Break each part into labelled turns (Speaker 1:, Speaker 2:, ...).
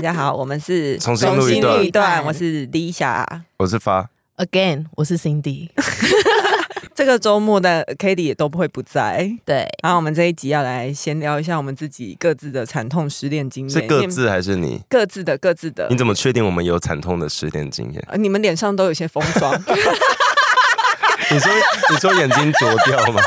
Speaker 1: 家好，我们是
Speaker 2: 重新录一段
Speaker 1: 重新段我是 Lisa。
Speaker 2: 我是发，
Speaker 3: Again，我是 Cindy。
Speaker 1: 这个周末的 k a t i e 也都不会不在，
Speaker 3: 对，
Speaker 1: 然后我们这一集要来闲聊一下我们自己各自的惨痛失恋经验，
Speaker 2: 是各
Speaker 1: 你们
Speaker 2: 自还是你？
Speaker 1: 各自的各自的？
Speaker 2: 你，怎么确定我们有惨痛的失恋经验
Speaker 1: 呃你们脸上都有些风霜，
Speaker 2: 你说你说眼睛啄掉吗？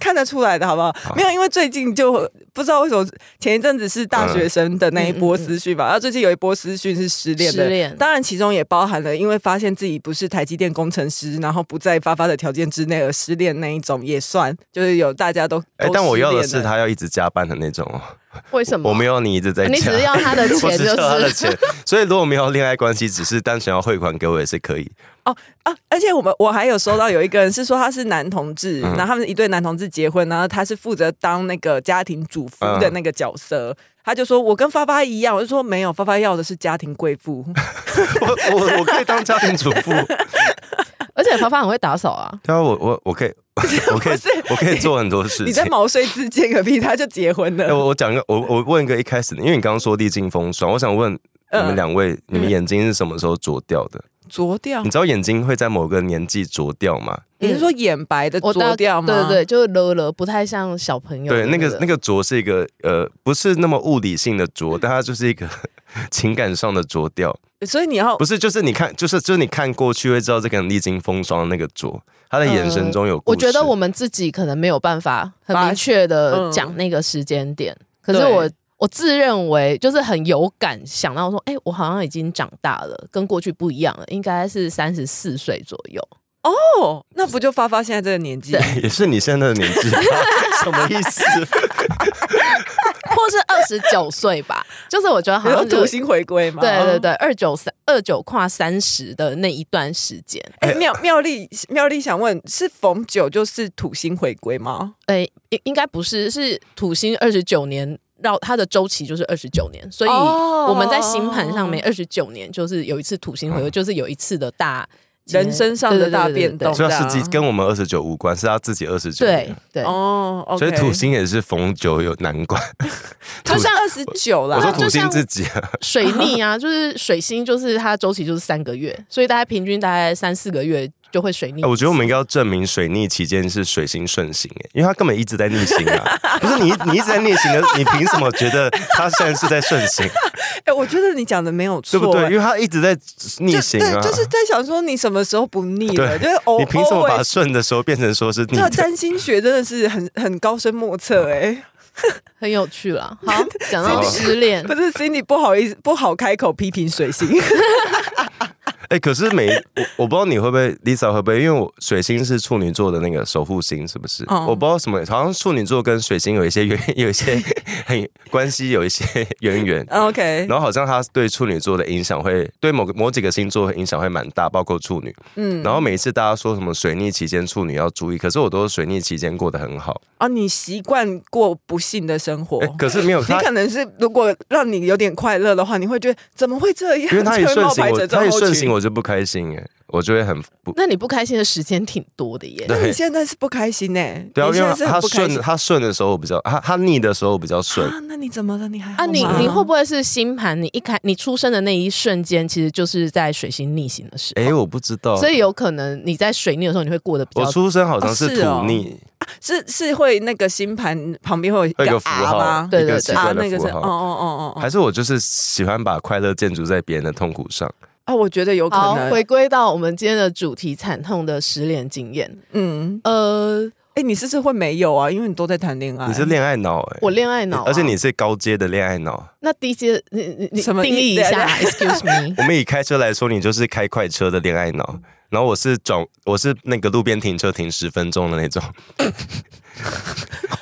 Speaker 1: 看得出来的好不好？
Speaker 2: 啊
Speaker 1: 没有，因为最近就不知道为什么前一阵子是大学生的那一波私
Speaker 2: 嗯
Speaker 1: 讯吧，然后最近有一波私讯是失恋
Speaker 3: 失
Speaker 1: 的
Speaker 3: 恋，
Speaker 1: 当然其中也包含了因为发现自己不是台积电工程师，然后不在发发的条件之内而失恋那一种也算，就是有大家都
Speaker 2: 哎、
Speaker 1: 都
Speaker 2: 但我要的
Speaker 1: 失
Speaker 2: 是
Speaker 1: 恋了嗯
Speaker 2: 他要一直加班的那种哦，
Speaker 3: 为什么？啊
Speaker 2: 我没有你一直在加，
Speaker 3: 你只是要他的
Speaker 2: 我
Speaker 3: 钱，
Speaker 2: 只
Speaker 3: 就
Speaker 2: 要他的
Speaker 3: 是
Speaker 2: 钱，所以如果没有恋爱关系，只是单纯要汇款给我也是可以。
Speaker 1: 啊！而且我们我还有收到有一个人是说他是男同志，
Speaker 2: 嗯
Speaker 1: 然后他们一对男同志结婚，然后他是负责当那个家庭主妇
Speaker 2: 嗯
Speaker 1: 的那个角色。他就说：“我跟发发一样。”我就说：“没有，发发要的是家庭贵妇。
Speaker 2: 我我我可以当家庭主妇，
Speaker 3: 而且发发很会打扫啊。
Speaker 2: 对啊，我我我可 以，我可以
Speaker 1: 是
Speaker 2: 我可以 做很多事情。
Speaker 1: 你在毛遂自荐个屁！他就结婚
Speaker 2: 哎、
Speaker 1: 了。
Speaker 2: 我我讲一个，我我问一个一开始的，因为你刚刚说历经风霜，我想问你们
Speaker 1: 嗯
Speaker 2: 两位，你们眼睛是什么时候啄掉的？
Speaker 1: 浊掉
Speaker 2: 你，知道眼睛会在某个年纪啄掉吗？
Speaker 1: 你是说眼白的
Speaker 3: 我大
Speaker 1: 浊掉吗？
Speaker 3: 对对，对，就是勒勒，不太像小朋友。
Speaker 2: 对，那个那
Speaker 3: 个，
Speaker 2: 个啄是一个呃，不是那么物理性的啄， 但它就是一个 情感上的啄掉。
Speaker 1: 所以你要
Speaker 2: 不是，就是你看，就是就是你看过去会知道这个人历经风霜的那个啄，他的眼神中有故
Speaker 3: 呃我
Speaker 2: 事。
Speaker 3: 觉得我们自己可能没有办法很
Speaker 1: 把
Speaker 3: 明确的
Speaker 1: 嗯
Speaker 3: 讲那个时间点，可是
Speaker 1: 对
Speaker 3: 我。我自认为就是很有感，想到说，哎、我好像已经长大了，跟过去不一样了，应该是三十四岁左右。
Speaker 1: 哦，那不就发发现在这个年纪？
Speaker 2: 也是你现在的年 纪吧，什么意思？
Speaker 3: 或是二十九岁吧，就是我觉得好
Speaker 1: 然后
Speaker 3: 像就
Speaker 1: 土星回归哦嘛？嗯
Speaker 3: 对对对，二九三二九跨三十的那一段时间，
Speaker 1: 哎、妙妙丽妙丽想问，是逢九就是土星回归吗？
Speaker 3: 诶、应应该不是，是土星二十九年绕它的周期就是二十九年，所以
Speaker 1: 哦
Speaker 3: 我们在星盘上面二十九年就是有一次土星回归，就是有一次的大
Speaker 1: 嗯人生上的大变动
Speaker 2: 所以
Speaker 1: 这
Speaker 2: 他
Speaker 1: 样
Speaker 2: 是自己跟我们二十九无关，是他自己二十九。
Speaker 3: 对对，
Speaker 1: 哦，OK，
Speaker 2: 所以土星也是逢九有难关。
Speaker 1: 它像二十九啦
Speaker 2: 我说
Speaker 3: 就
Speaker 2: 土星
Speaker 3: 像
Speaker 2: 自己啊，
Speaker 3: 水逆啊，就是水星，就是它的周期就是三个月，所以大概平均大概三四个月就会水逆一次。
Speaker 1: 哎
Speaker 2: 我觉得我们应该要证明水逆期间是水星顺行，哎，因为他根本一直在逆行 啊！不是你你一直在逆行的，你凭什么觉得他现在是在顺行，
Speaker 1: 哎、我觉得你讲的没有
Speaker 2: 对
Speaker 1: 错、
Speaker 2: 不对？因
Speaker 1: 哎
Speaker 2: 为他一直在逆行啊！
Speaker 1: 对，就是在想说你什么时候不腻了？
Speaker 2: 对
Speaker 1: 就是偶啊
Speaker 2: 你凭什么把
Speaker 1: always-
Speaker 2: 顺的时候变成说是
Speaker 1: 这
Speaker 2: 逆
Speaker 1: 个
Speaker 2: 的？
Speaker 1: 占星学真的是很很高深莫测哎、
Speaker 3: 很有趣啦。 好，讲到失恋
Speaker 1: 不，是 Cindy 不好意思不好开口批评水 星，
Speaker 2: 哎，可是每我我不知道你会不会 Lisa 会不会，因为我水星是处女座的那个守护星，是不是？
Speaker 1: 哦
Speaker 2: 我不知道什么，好像处女座跟水星有一些 渊，有一些很关系，有一些 渊源。
Speaker 1: 呃啊 OK，
Speaker 2: 然后好像他对处女座的影响会对某个某几个星座的影响会蛮大，包括处女。
Speaker 1: 嗯，
Speaker 2: 然后每次大家说什么水逆期间处女要注意，可是我都是水逆期间过得很好。
Speaker 1: 哦，你习惯过不幸的生活，
Speaker 2: 哎、可是没有
Speaker 1: 哦 你
Speaker 2: 他，
Speaker 1: 可能是如果让你有点快乐的话，你会觉得怎么会这样？
Speaker 2: 因为他一
Speaker 1: 就会
Speaker 2: 顺
Speaker 1: 冒
Speaker 2: 行
Speaker 1: 牌
Speaker 2: 我，
Speaker 1: 者
Speaker 2: 他
Speaker 1: 症
Speaker 2: 一
Speaker 1: 候
Speaker 2: 顺
Speaker 1: 群
Speaker 2: 行我就不开心哎、我就会很不
Speaker 3: 那你不开心的时间挺多的耶。
Speaker 1: 那你
Speaker 2: 对。
Speaker 1: 现在是不开心呢、
Speaker 2: 对啊，
Speaker 1: 你现
Speaker 2: 因
Speaker 1: 在
Speaker 2: 为
Speaker 1: 是很
Speaker 2: 他
Speaker 1: 不开
Speaker 2: 顺
Speaker 1: 心
Speaker 2: 他顺的时候我比较，他他逆的时候我比较顺。
Speaker 1: 啊？那你怎么了？你还好
Speaker 3: 啊，你
Speaker 1: 吗
Speaker 3: 你会不会是星盘？你一开你出生的那一瞬间，其实就是在水星逆行的时候，
Speaker 2: 哎、我不知道，
Speaker 3: 所以有可能你在水逆的时候，你会过得比较
Speaker 2: 我出生好像
Speaker 1: 哦
Speaker 2: 是
Speaker 1: 是哦
Speaker 2: 土逆，
Speaker 1: 是是会那个星盘旁边会有一
Speaker 2: 会有一个符
Speaker 1: R
Speaker 2: 号，
Speaker 1: 啊吗？
Speaker 3: 对
Speaker 2: 一个
Speaker 3: 对
Speaker 2: 奇
Speaker 3: 对
Speaker 1: 啊
Speaker 2: 怪，
Speaker 1: 那
Speaker 2: 的
Speaker 1: 个是
Speaker 2: 符
Speaker 1: 哦哦
Speaker 2: 号。哎
Speaker 1: 哦哦哦
Speaker 2: 还是我就是喜欢把快乐建筑在别人的痛苦上。
Speaker 1: 啊！我觉得有可
Speaker 3: 好。
Speaker 1: 能，
Speaker 3: 回归到我们今天的主题，惨痛的失恋经验。
Speaker 1: 嗯，
Speaker 3: 呃，
Speaker 1: 哎，你是不是会没有啊？因为你都在谈恋爱，
Speaker 2: 你是恋爱脑哎、
Speaker 3: 我恋爱脑啊、
Speaker 2: 而且你是高阶的恋爱脑。
Speaker 3: 那低阶，你你你
Speaker 1: 什么
Speaker 3: 定义一下？Excuse me，。
Speaker 2: 我们以开车来说，你就是开快车的恋爱脑，然后我是转，我是那个路边停车停十分钟的那种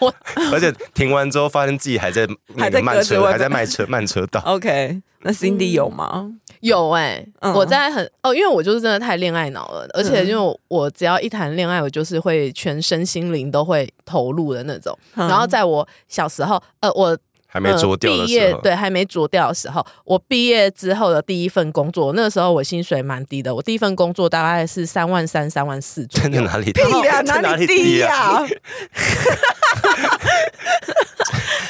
Speaker 3: 我
Speaker 2: 而且停完之后，发现自己还在那
Speaker 1: 还在
Speaker 2: 个慢
Speaker 1: 格子
Speaker 2: 车，
Speaker 1: 外
Speaker 2: 还在慢车慢车
Speaker 1: 哦
Speaker 2: 道。
Speaker 1: OK？那
Speaker 3: 嗯
Speaker 1: Cindy 有吗？
Speaker 3: 有哎、
Speaker 1: 嗯
Speaker 3: 我在很哦，因为我就是真的太恋爱脑了，而且
Speaker 1: 嗯
Speaker 3: 因为我我只要一谈恋爱，我就是会全身心灵都会投入的那种。
Speaker 1: 嗯
Speaker 3: 然后在我小时候，呃，我
Speaker 2: 还没
Speaker 3: 呃
Speaker 2: 啄掉的
Speaker 3: 毕
Speaker 2: 时
Speaker 3: 业
Speaker 2: 候，
Speaker 3: 对，还没着掉的时候，我毕业之后的第一份工作，那时候我薪水蛮低的，我第一份工作大概是三万三、三万四左
Speaker 2: 真的
Speaker 3: 右。
Speaker 2: 哪里
Speaker 3: 哎
Speaker 1: 屁呀，
Speaker 2: 在哪
Speaker 1: 里
Speaker 2: 里低
Speaker 1: 低
Speaker 2: 呀、
Speaker 1: 呀？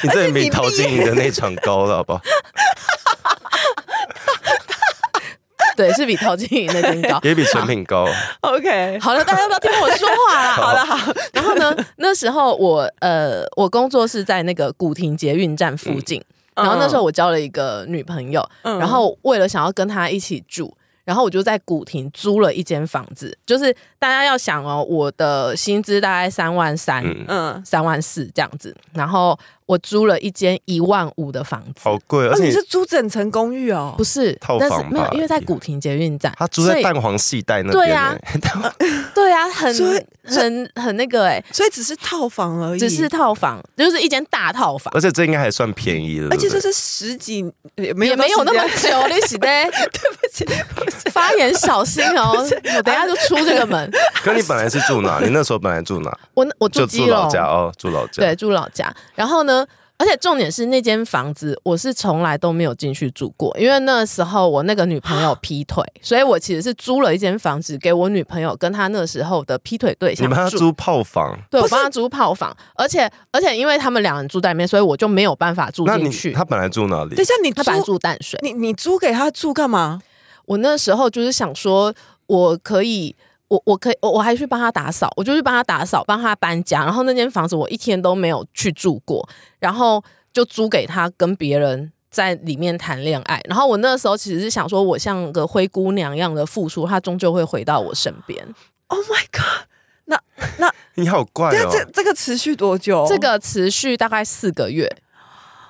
Speaker 2: 你这
Speaker 1: 而且
Speaker 2: 也比
Speaker 1: 你
Speaker 2: 陶晶莹的那场高了，好不好？
Speaker 3: 对，是比陶晶莹那间 高。
Speaker 2: 也比成品高。
Speaker 1: OK，
Speaker 3: 好了，大家不要听我说话啦。好了，好。然后呢，那时候我呃，我工作是在那个古亭捷运站
Speaker 2: 嗯
Speaker 3: 附近，然后那时候我交了一个女朋友，
Speaker 1: 嗯
Speaker 3: 然后为了想要跟她一起住。然后我就在古亭租了一间房子，就是大家要想哦，我的薪资大概三万三、
Speaker 2: 嗯，
Speaker 1: 嗯，
Speaker 3: 三万四这样子，然后我租了一间一万五的房子，
Speaker 2: 好贵，而
Speaker 1: 哦，
Speaker 2: 且
Speaker 1: 你是租整层公寓哦？
Speaker 3: 不是
Speaker 2: 套
Speaker 3: 但
Speaker 2: 房
Speaker 3: 是没有
Speaker 2: 吧，
Speaker 3: 因为在古亭捷运站，
Speaker 2: 他住
Speaker 3: 所
Speaker 2: 在
Speaker 3: 以
Speaker 2: 蛋黄系带那
Speaker 3: 对
Speaker 2: 边
Speaker 3: 啊
Speaker 2: 欸， 蛋黄
Speaker 3: 对啊，很
Speaker 1: 所以
Speaker 3: 很很那个哎、
Speaker 1: 所以只是套房而已，
Speaker 3: 只是套房，就是一间大套房
Speaker 2: 而，且这应该还算便宜了。
Speaker 1: 而且
Speaker 2: 对不
Speaker 1: 这是
Speaker 2: 对
Speaker 1: 十几，也没
Speaker 3: 也
Speaker 1: 有
Speaker 3: 没有那么
Speaker 1: 到十几
Speaker 3: 久，你是 的，
Speaker 1: 对不起，不是
Speaker 3: 发言小心哦， 我等一下就出这个门。
Speaker 2: 可你本来是住哪？你那时候本来住哪？
Speaker 3: 我我
Speaker 2: 就
Speaker 3: 住基
Speaker 2: 住
Speaker 3: 隆，
Speaker 2: 老家哦，住老家。
Speaker 3: 对，住老家。然后呢，而且重点是那间房子我是从来都没有进去住过，因为那时候我那个女朋友劈腿，所以我其实是租了一间房子给我女朋友跟她那时候的劈腿对
Speaker 2: 你
Speaker 3: 象
Speaker 2: 帮他租炮房，
Speaker 3: 对，我帮她租炮房，而且而且因为他们两人住在里面，所以我就没有办法住
Speaker 2: 那
Speaker 3: 进
Speaker 2: 你
Speaker 3: 去。
Speaker 2: 他本来住哪
Speaker 1: 等一
Speaker 2: 里？
Speaker 1: 下你
Speaker 3: 他本来
Speaker 1: 租
Speaker 3: 住淡水，
Speaker 1: 你你租给他住干嘛？
Speaker 3: 我那时候就是想说，我可以，我我可以，我我还去帮他打扫，我就去帮他打扫，帮他搬家。然后那间房子我一天都没有去住过，然后就租给他跟别人。在里面谈恋爱，然后我那时候其实是想说，我像个灰姑娘一样的付出，他终究会回到我身边。
Speaker 1: Oh my god！哎
Speaker 2: 你好怪
Speaker 1: 那
Speaker 3: 啊
Speaker 2: 哦！
Speaker 1: 这这个持续多久？
Speaker 3: 这个持续大概四个月，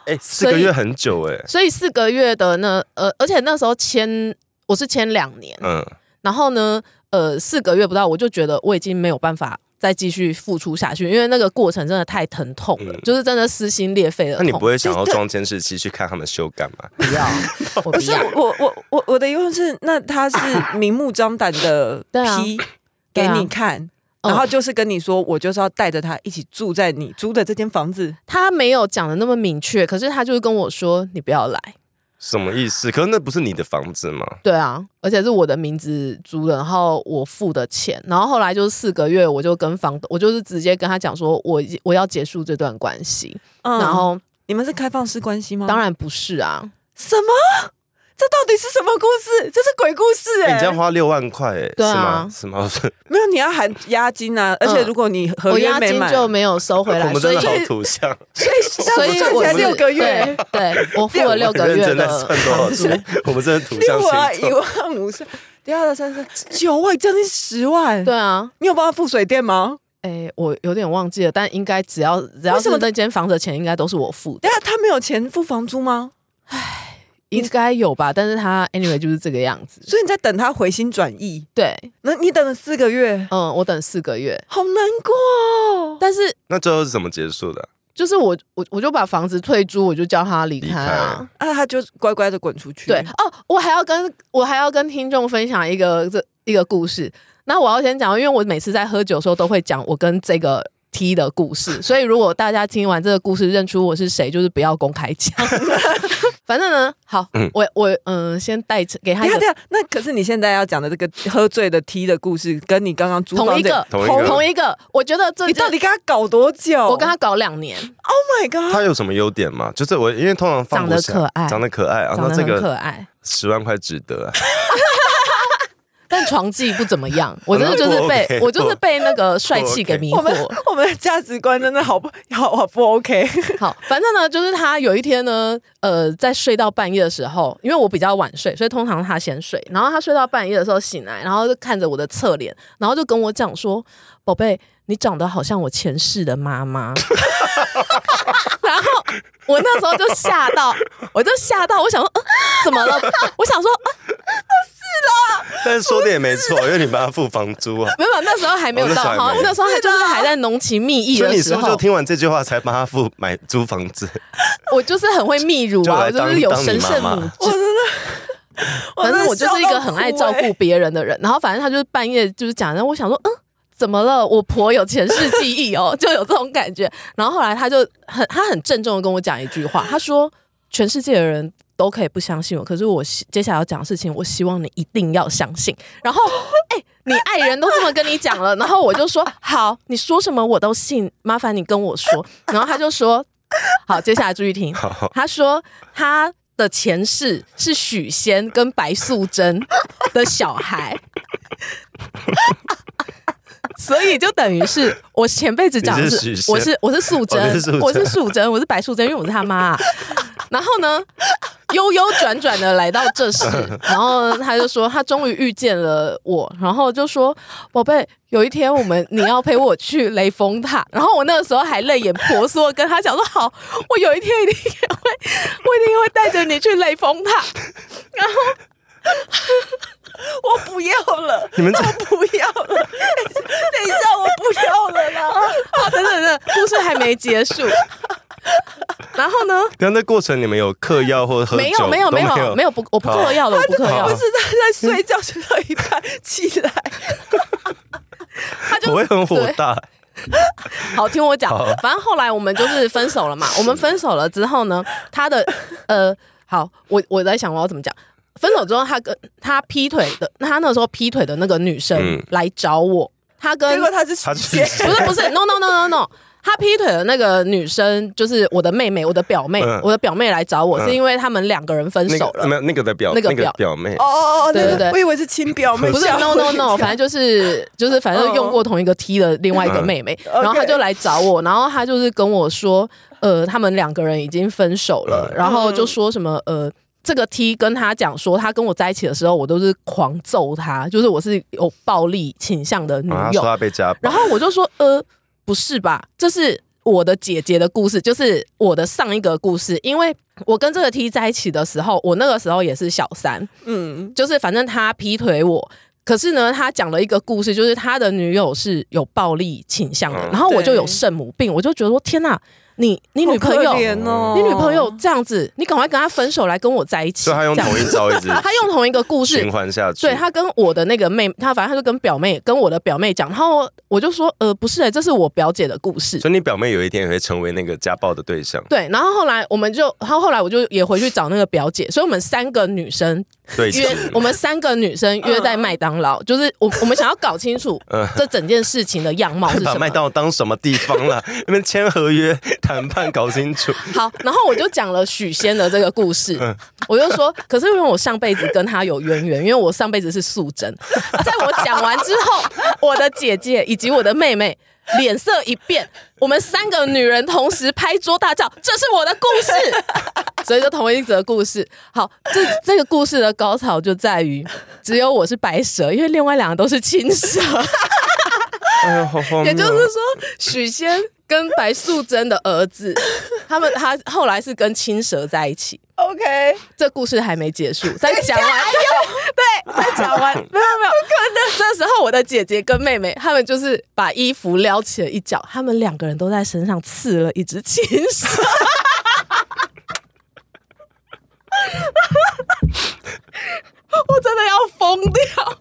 Speaker 2: 哎，四个
Speaker 3: 所以
Speaker 2: 月很久哎。
Speaker 3: 所以四个月的那呃，而且那时候签我是签两年，
Speaker 2: 嗯，
Speaker 3: 然后呢，呃，四个月不到，我就觉得我已经没有办法再继续付出下去，因为那个过程真的太疼痛了，
Speaker 2: 嗯
Speaker 3: 就是真的撕心裂肺的
Speaker 2: 那
Speaker 3: 痛。
Speaker 2: 你不会想要装监视器去看他们修改吗？
Speaker 3: 不要？我
Speaker 1: 不
Speaker 3: 不
Speaker 1: 是
Speaker 3: 要。
Speaker 1: 我我我我的疑问是，那他是明目张胆的
Speaker 3: 对啊
Speaker 1: 批
Speaker 3: 对
Speaker 1: 给
Speaker 3: 啊
Speaker 1: 你看，
Speaker 3: 嗯
Speaker 1: 然后就是跟你说，我就是要带着他一起住在你租的这间房子。
Speaker 3: 他没有讲的那么明确，可是他就是跟我说你不要来。
Speaker 2: 什么意思？可是那不是你的房子吗？
Speaker 3: 对啊，而且是我的名字租的，然后我付的钱，然后后来就是四个月，我就跟房东，我就是直接跟他讲说我已经我要结束这段关系，
Speaker 1: 嗯
Speaker 3: 然后
Speaker 1: 你们是开放式关系吗？
Speaker 3: 当然不是啊，
Speaker 1: 什么？这到底是什么故事？这是鬼故事
Speaker 2: 哎
Speaker 1: 哎、
Speaker 2: 你这样花六万块哎，是
Speaker 3: 对啊
Speaker 2: 吗？是吗？
Speaker 1: 没有，你要含押金啊！而且如果你合
Speaker 3: 嗯我
Speaker 1: 约
Speaker 3: 押
Speaker 1: 没
Speaker 3: 金
Speaker 1: 满，
Speaker 3: 就没有收回
Speaker 2: 我
Speaker 3: 来，
Speaker 2: 们
Speaker 3: 所
Speaker 2: 真
Speaker 3: 以
Speaker 2: 的好土象。
Speaker 1: 所以
Speaker 3: 所以
Speaker 1: 算起
Speaker 3: 我
Speaker 1: 来
Speaker 3: 是
Speaker 1: 六个月，，
Speaker 3: 对对我付了六个
Speaker 2: 我很认
Speaker 3: 月
Speaker 2: 真在
Speaker 3: 的
Speaker 2: 算多少钱？我们真的土象
Speaker 1: 六啊
Speaker 2: 星
Speaker 1: 一
Speaker 2: 座。
Speaker 1: 万五是第二三四九万，将近十万。
Speaker 3: 对，啊，
Speaker 1: 你有帮他付水电吗？
Speaker 3: 哎，我有点忘记了，但应该只要只要
Speaker 1: 为什
Speaker 3: 是
Speaker 1: 么
Speaker 3: 那间房子的钱，应该都是我付的
Speaker 1: 等，一下他没有钱付房租吗？
Speaker 3: 应该有吧？但是他 anyway 就是这个样子，
Speaker 1: 所以你在等他回心转意，
Speaker 3: 对，
Speaker 1: 那你等了四个月，
Speaker 3: 嗯，我等四个月，
Speaker 1: 好难过哦。
Speaker 3: 但是
Speaker 2: 那最后是怎么结束的？
Speaker 3: 就是我我我就把房子退租，我就叫他离
Speaker 2: 离
Speaker 3: 开啊
Speaker 2: 开。
Speaker 1: 啊，他就乖乖的滚出去。
Speaker 3: 对哦，我还要跟我还要跟听众分享一个这一个故事。那我要先讲，因为我每次在喝酒的时候都会讲我跟这个 T 的故 事，所以如果大家听完这个故事认出我是谁，就是不要公开讲。 反正呢，好，
Speaker 2: 嗯
Speaker 3: 我我嗯、呃先带给他
Speaker 1: 等
Speaker 3: 一
Speaker 1: 一下，
Speaker 3: 个
Speaker 1: 等一下，那可是你现在要讲的这个喝醉的 T 的故事，跟你刚刚租
Speaker 3: 同
Speaker 1: 房
Speaker 3: 一
Speaker 1: 子
Speaker 3: 个
Speaker 2: 同一个
Speaker 3: 同一个，我觉得这
Speaker 1: 你到底跟他搞多久？
Speaker 3: 我跟他搞两年，
Speaker 1: ，Oh my God，
Speaker 2: 他有什么优点吗？就是我因为通常放
Speaker 3: 长
Speaker 2: 不
Speaker 3: 得
Speaker 2: 下
Speaker 3: 可爱
Speaker 2: 长得可爱啊，那
Speaker 3: 长得
Speaker 2: 这
Speaker 3: 很可
Speaker 2: 个
Speaker 3: 爱，
Speaker 2: 十万块值得啊。
Speaker 3: 但床技不怎么样。我真的就
Speaker 2: 啊那
Speaker 3: 是
Speaker 2: 不
Speaker 3: 被
Speaker 2: OK，
Speaker 3: 我就是
Speaker 2: 不
Speaker 3: 被那个帅气给
Speaker 2: OK
Speaker 3: 迷
Speaker 1: 我们
Speaker 3: 惑。
Speaker 1: 我们的价值观真的好不好好不 OK？
Speaker 3: 好，反正呢，就是他有一天呢，呃，在睡到半夜的时候，因为我比较晚睡，所以通常他先睡。然后他睡到半夜的时候醒来，然后就看着我的侧脸，然后就跟我讲说：“宝贝，你长得好像我前世的妈妈。” 然后我那时候就吓到，我就吓到，我想说，呃、怎么了？我想说，呃、
Speaker 2: 但是说的也没错，因为你帮他付房租 啊。
Speaker 3: 没有，那时候还没有
Speaker 2: 哦那
Speaker 3: 到，
Speaker 2: 时候还
Speaker 3: 好
Speaker 2: 没，有
Speaker 3: 那时候他就是还在浓情蜜意
Speaker 2: 所以
Speaker 3: 的
Speaker 2: 你
Speaker 3: 时
Speaker 2: 是不是就
Speaker 3: 候，
Speaker 2: 听完这句话才帮他付买租房子？
Speaker 3: 我就是很会泌乳
Speaker 2: 就
Speaker 3: 啊，
Speaker 2: 来
Speaker 3: 我就
Speaker 2: 当
Speaker 3: 是有
Speaker 2: 当你
Speaker 3: 神
Speaker 2: 妈
Speaker 3: 圣
Speaker 2: 妈
Speaker 3: 母
Speaker 1: 我真的，
Speaker 3: 反正我就
Speaker 1: 真的
Speaker 3: 是一个很爱照
Speaker 1: 笑到哭欸
Speaker 3: 顾别人的人。然后反正他就是半夜就是讲，然后我想说，嗯，怎么了？我婆有前世记忆哦， 就有这种感觉。然后后来他就很他很郑重的跟我讲一句话，他说：“全世界的人都可以不相信我，可是我希接下来要讲的事情，我希望你一定要相信。”然后，哎、你爱人都这么跟你讲了，然后我就说好，你说什么我都信，麻烦你跟我说。然后他就说。 好，接下来注意 听。
Speaker 2: 好，
Speaker 3: 他说他的前世是许仙跟白素贞的小 孩，所以就等于是我前辈子讲的
Speaker 2: 你是许
Speaker 3: 是
Speaker 2: 仙
Speaker 3: 我是我是素贞
Speaker 2: 哦你是素，贞
Speaker 3: 我是 素贞，我是白素贞，因为我是他妈、啊然后呢，悠悠转转的来到这时，然后他就说他终于遇见了我，然后就说宝贝，有一天我们你要陪我去雷峰塔，然后我那个时候还泪眼婆娑地跟他讲说好，我有一天一定也会，我一定会带着你去雷峰塔。
Speaker 1: 我不要 了，
Speaker 2: 你们这
Speaker 1: 我不要了， 等一下，我不要了啦。
Speaker 3: 啊，等等等等，故事还没结束。然后呢？
Speaker 2: 刚那过程你们有嗑药或喝酒
Speaker 3: 没有没有
Speaker 2: 都
Speaker 3: 没
Speaker 2: 没
Speaker 3: 有没有不我不嗑药 了，我不嗑药
Speaker 1: 不
Speaker 3: 了
Speaker 1: 是，他在睡觉，睡到一半起来，
Speaker 3: 他就
Speaker 2: 我会很火
Speaker 3: 对
Speaker 2: 大。
Speaker 3: 好，听我讲
Speaker 2: 好，
Speaker 3: 反正后来我们就是分手 了嘛。我们分手了之后呢，他的呃，好，我我在想我要怎么讲。分手之后，他跟他劈腿的，他那时候劈腿的那个女生
Speaker 2: 嗯
Speaker 3: 来找我，他
Speaker 1: 结
Speaker 3: 跟
Speaker 1: 果他是
Speaker 2: 他
Speaker 1: 直接
Speaker 2: 是
Speaker 3: 不是不是，no no no no no。他 劈腿的那个女生就是我的妹妹，我的表妹，
Speaker 2: 嗯
Speaker 3: 我的表妹来找我，
Speaker 2: 嗯
Speaker 3: 是因为他们两个人分
Speaker 2: 那
Speaker 3: 手
Speaker 2: 个
Speaker 3: 了
Speaker 2: 没。有那个的表
Speaker 3: 那个表
Speaker 2: 表妹
Speaker 1: 哦，哦哦，那个
Speaker 3: 对对对
Speaker 1: 我以为是亲表妹，
Speaker 3: 不是
Speaker 1: 吓
Speaker 3: no
Speaker 1: 我
Speaker 3: no
Speaker 1: 一跳
Speaker 3: no，反正就是就是反正用过同一个 T 的另外一个妹妹，
Speaker 1: 嗯
Speaker 3: 然后她
Speaker 1: OK
Speaker 3: 就来找我，然后她就是跟我说，呃，他们两个人已经分手了，然后就说什么呃。这个 T 跟她讲说，她跟我在一起的时候，我都是狂揍她，就是我是有暴力倾向的女
Speaker 2: 然后啊她
Speaker 3: 友
Speaker 2: 说。她被家暴
Speaker 3: 然，后我就说，呃，不是吧？这是我的姐姐的故事，就是我的上一个故事。因为我跟这个 T 在一起的时候，我那个时候也是小三，
Speaker 1: 嗯，
Speaker 3: 就是反正他劈腿我。可是呢，他讲了一个故事，就是他的女友是有暴力倾向的，
Speaker 2: 嗯
Speaker 3: 然后我就
Speaker 1: 对
Speaker 3: 有圣母病，我就觉得说天呐，你你女朋友
Speaker 1: 好可，怜哦
Speaker 3: 你女朋友这样子，你赶快跟她分手来跟我在一起。
Speaker 2: 所以她用
Speaker 3: 这样
Speaker 2: 同一招一直
Speaker 3: 她用同一个故事
Speaker 2: 循环下去。
Speaker 3: 对他跟我的那个妹，他反正他就跟表妹，跟我的表妹讲，然后我就说，呃，不是、欸，这是我表姐的故事。
Speaker 2: 所以你表妹有一天也会成为那个家暴的对象，
Speaker 3: 对，然后后来我们就，然后后来我就也回去找那个表姐，所以我们三个女生
Speaker 2: 对峙
Speaker 3: 约，我们三个女生约在麦当劳，就是我我们想要搞清楚
Speaker 2: 嗯
Speaker 3: 这整件事情的样貌是
Speaker 2: 把
Speaker 3: 什么
Speaker 2: 麦。当劳当什么地方了？ 那边签合约、谈判搞清楚。
Speaker 3: 好，然后我就讲了许仙的这个故事，我就说，可是因为我上辈子跟他有渊源，因为我上辈子是素贞。在我讲完之后，我的姐姐以及我的妹妹脸色一变，我们三个女人同时拍桌大叫：“这是我的故事！”所以就同一则故事。好，这这个故事的高潮就在于，只有我是白蛇，因为另外两个都是青蛇。
Speaker 2: 哎呦，好荒谬！
Speaker 3: 也就是说， 许仙跟白素贞的儿子，他们他后来是跟青蛇在一起。
Speaker 1: OK，
Speaker 3: 这故事还没结束，再讲 完，对，再讲完，没有没有，哎不可能。这时候我的姐姐跟妹妹，她们就是把衣服撩起了一角，她们两个人都在身上刺了一只青蛇。 我真的要疯掉，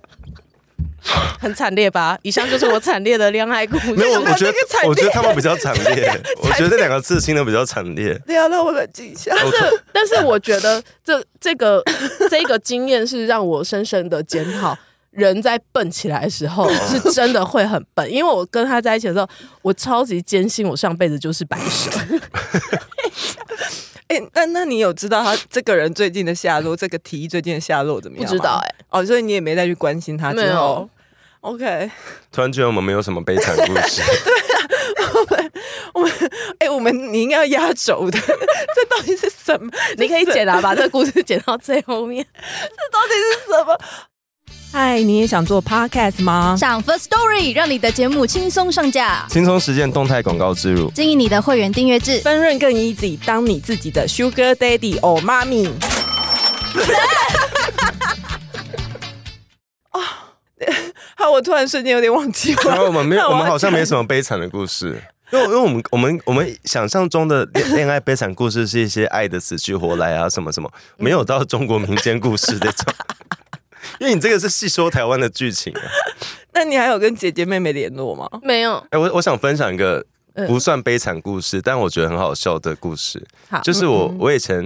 Speaker 3: 很惨烈吧？以上就是我惨烈的恋爱故事。
Speaker 2: 没有，我
Speaker 1: 有
Speaker 2: 觉
Speaker 1: 这
Speaker 2: 得
Speaker 1: 个惨烈
Speaker 2: 我觉得他们比较惨烈，我觉得这两个刺青的比较惨烈。哦
Speaker 1: 对啊，让我冷静一下。
Speaker 2: 我
Speaker 3: 这但是我觉得这 这个这个经验是让我深深的检讨，人在笨起来的时候是真的会很笨。因为我跟他在一起的时候，我超级坚信我上辈子就是白蛇。
Speaker 1: 哎、那那你有知道他这个人最近的下落，这个题最近的下落怎么样吗？
Speaker 3: 不知道哎
Speaker 1: 哦，所以你也没再去关心他
Speaker 3: 没
Speaker 1: 之
Speaker 3: 有
Speaker 1: 后。OK，
Speaker 2: 突然觉得我们没有什么悲惨故事，
Speaker 1: 哎、我们你应该要压轴的，这到底是什么？
Speaker 3: 你可以
Speaker 1: 解
Speaker 3: 解答把这个故事剪到最后面。
Speaker 1: 到底是什么？嗨，你也想做 podcast 吗？
Speaker 4: 上 First Story，让你的节目轻松上架。
Speaker 2: 轻松实践动态广告植入。
Speaker 4: 经营你的会员订阅制，
Speaker 1: 分润更 easy，当你自己的 sugar daddy or mommy。哦， 哦 好，我突然瞬间有点忘记我。
Speaker 2: 然后我们没有，
Speaker 1: 那
Speaker 2: 我
Speaker 1: 要
Speaker 2: 们好像
Speaker 1: 讲
Speaker 2: 没什么悲惨的故事。因为，因为我们我们我们想象中的恋恋爱悲惨故事是一些爱的死去活来啊，什么什么，没有到中国民间故事这种。 因为你这个是细说台湾的剧情啊。
Speaker 1: 那你还有跟姐姐妹妹联络吗？
Speaker 3: 没有，
Speaker 2: 哎、我我想分享一个
Speaker 3: 嗯
Speaker 2: 不算悲惨故事，但我觉得很好笑的故事
Speaker 3: 好，
Speaker 2: 就是我我以前，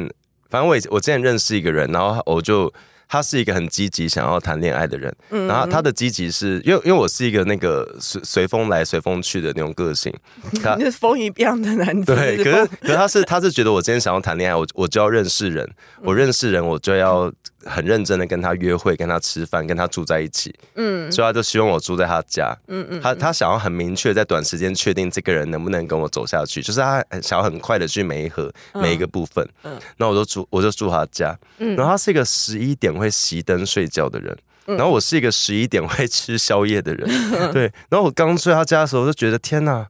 Speaker 2: 反正我以我之前认识一个人，然后我就他是一个很积极想要谈恋爱的人，
Speaker 1: 嗯
Speaker 2: 然后他的积极是因为因为我是一个那个随随风来随风去的那种个性，他
Speaker 1: 你是风一样的男子，
Speaker 2: 对，
Speaker 1: 你
Speaker 2: 可
Speaker 1: 风
Speaker 2: 是可是他是他是觉得我今天想要谈恋爱，我我就要认识人，
Speaker 1: 嗯
Speaker 2: 我认识人我就要很认真的跟他约会，跟他吃饭，跟他住在一起，
Speaker 1: 嗯
Speaker 2: 所以他就希望我住在他家，
Speaker 1: 嗯嗯，
Speaker 2: 他他想要很明确在短时间确定这个人能不能跟我走下去，就是他很想要很快的去每一盒每一个部分，
Speaker 1: 嗯
Speaker 2: 那我就住我就住他家，
Speaker 3: 嗯
Speaker 2: 然后他是一个十一点会熄灯睡觉的人。
Speaker 1: 嗯
Speaker 2: 然后我是一个十一点会吃宵 夜的人，对。然后我刚睡他家的时候，我就觉得天哪，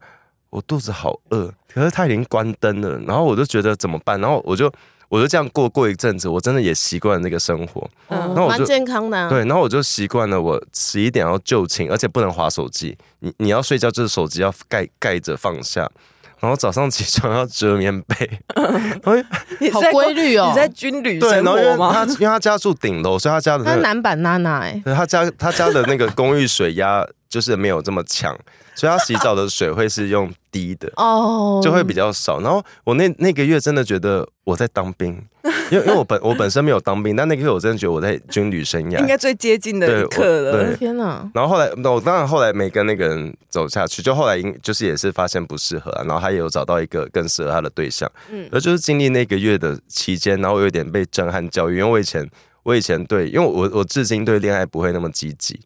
Speaker 2: 我肚子好饿，可是他已经关灯了，然后我就觉得怎么办？然后我就我就这样过过一阵子，我真的也习惯了那个生活，
Speaker 1: 哦
Speaker 3: 嗯
Speaker 2: 那我
Speaker 3: 蛮
Speaker 2: 就
Speaker 3: 健康的、啊。
Speaker 2: 对。然后我就习惯了，我十一点要就寝，而且不能划手机，你你要睡觉就是手机要盖盖着放下，然后早上起床要折棉被，
Speaker 1: 你是
Speaker 3: 好
Speaker 1: 在
Speaker 3: 规律 哦
Speaker 1: 你在军旅
Speaker 2: 对。
Speaker 1: 生
Speaker 2: 然后因为
Speaker 1: 活
Speaker 2: 他
Speaker 1: 吗？
Speaker 2: 因为他家住顶楼，所以 他家的
Speaker 3: 他
Speaker 2: 那
Speaker 3: 是
Speaker 2: 个
Speaker 3: 男版娜娜哎、
Speaker 2: 对他家他家的那个公寓水压就是没有这么强，所以他洗澡的水会是用低的。
Speaker 3: 哦，
Speaker 2: 就会比较少。然后我那那个月真的觉得我在当兵，因为因为我本我本身没有当兵，但那个月我真的觉得我在军旅生
Speaker 1: 应
Speaker 2: 涯。
Speaker 1: 该最接近的
Speaker 2: 对
Speaker 1: 一
Speaker 2: 我
Speaker 1: 刻了
Speaker 2: 哎对。
Speaker 3: 天哪，
Speaker 2: 然后后来，那我当然后来没跟那个人走下去，就后来因就是也是发现不适合、啊，然后他也有找到一个更适合他的对象。
Speaker 3: 嗯
Speaker 2: 嗯，而就是经历那个月的期间，然后我有点被震撼教育，因为我以前我以前对，因为我我至今对恋爱不会那么积极，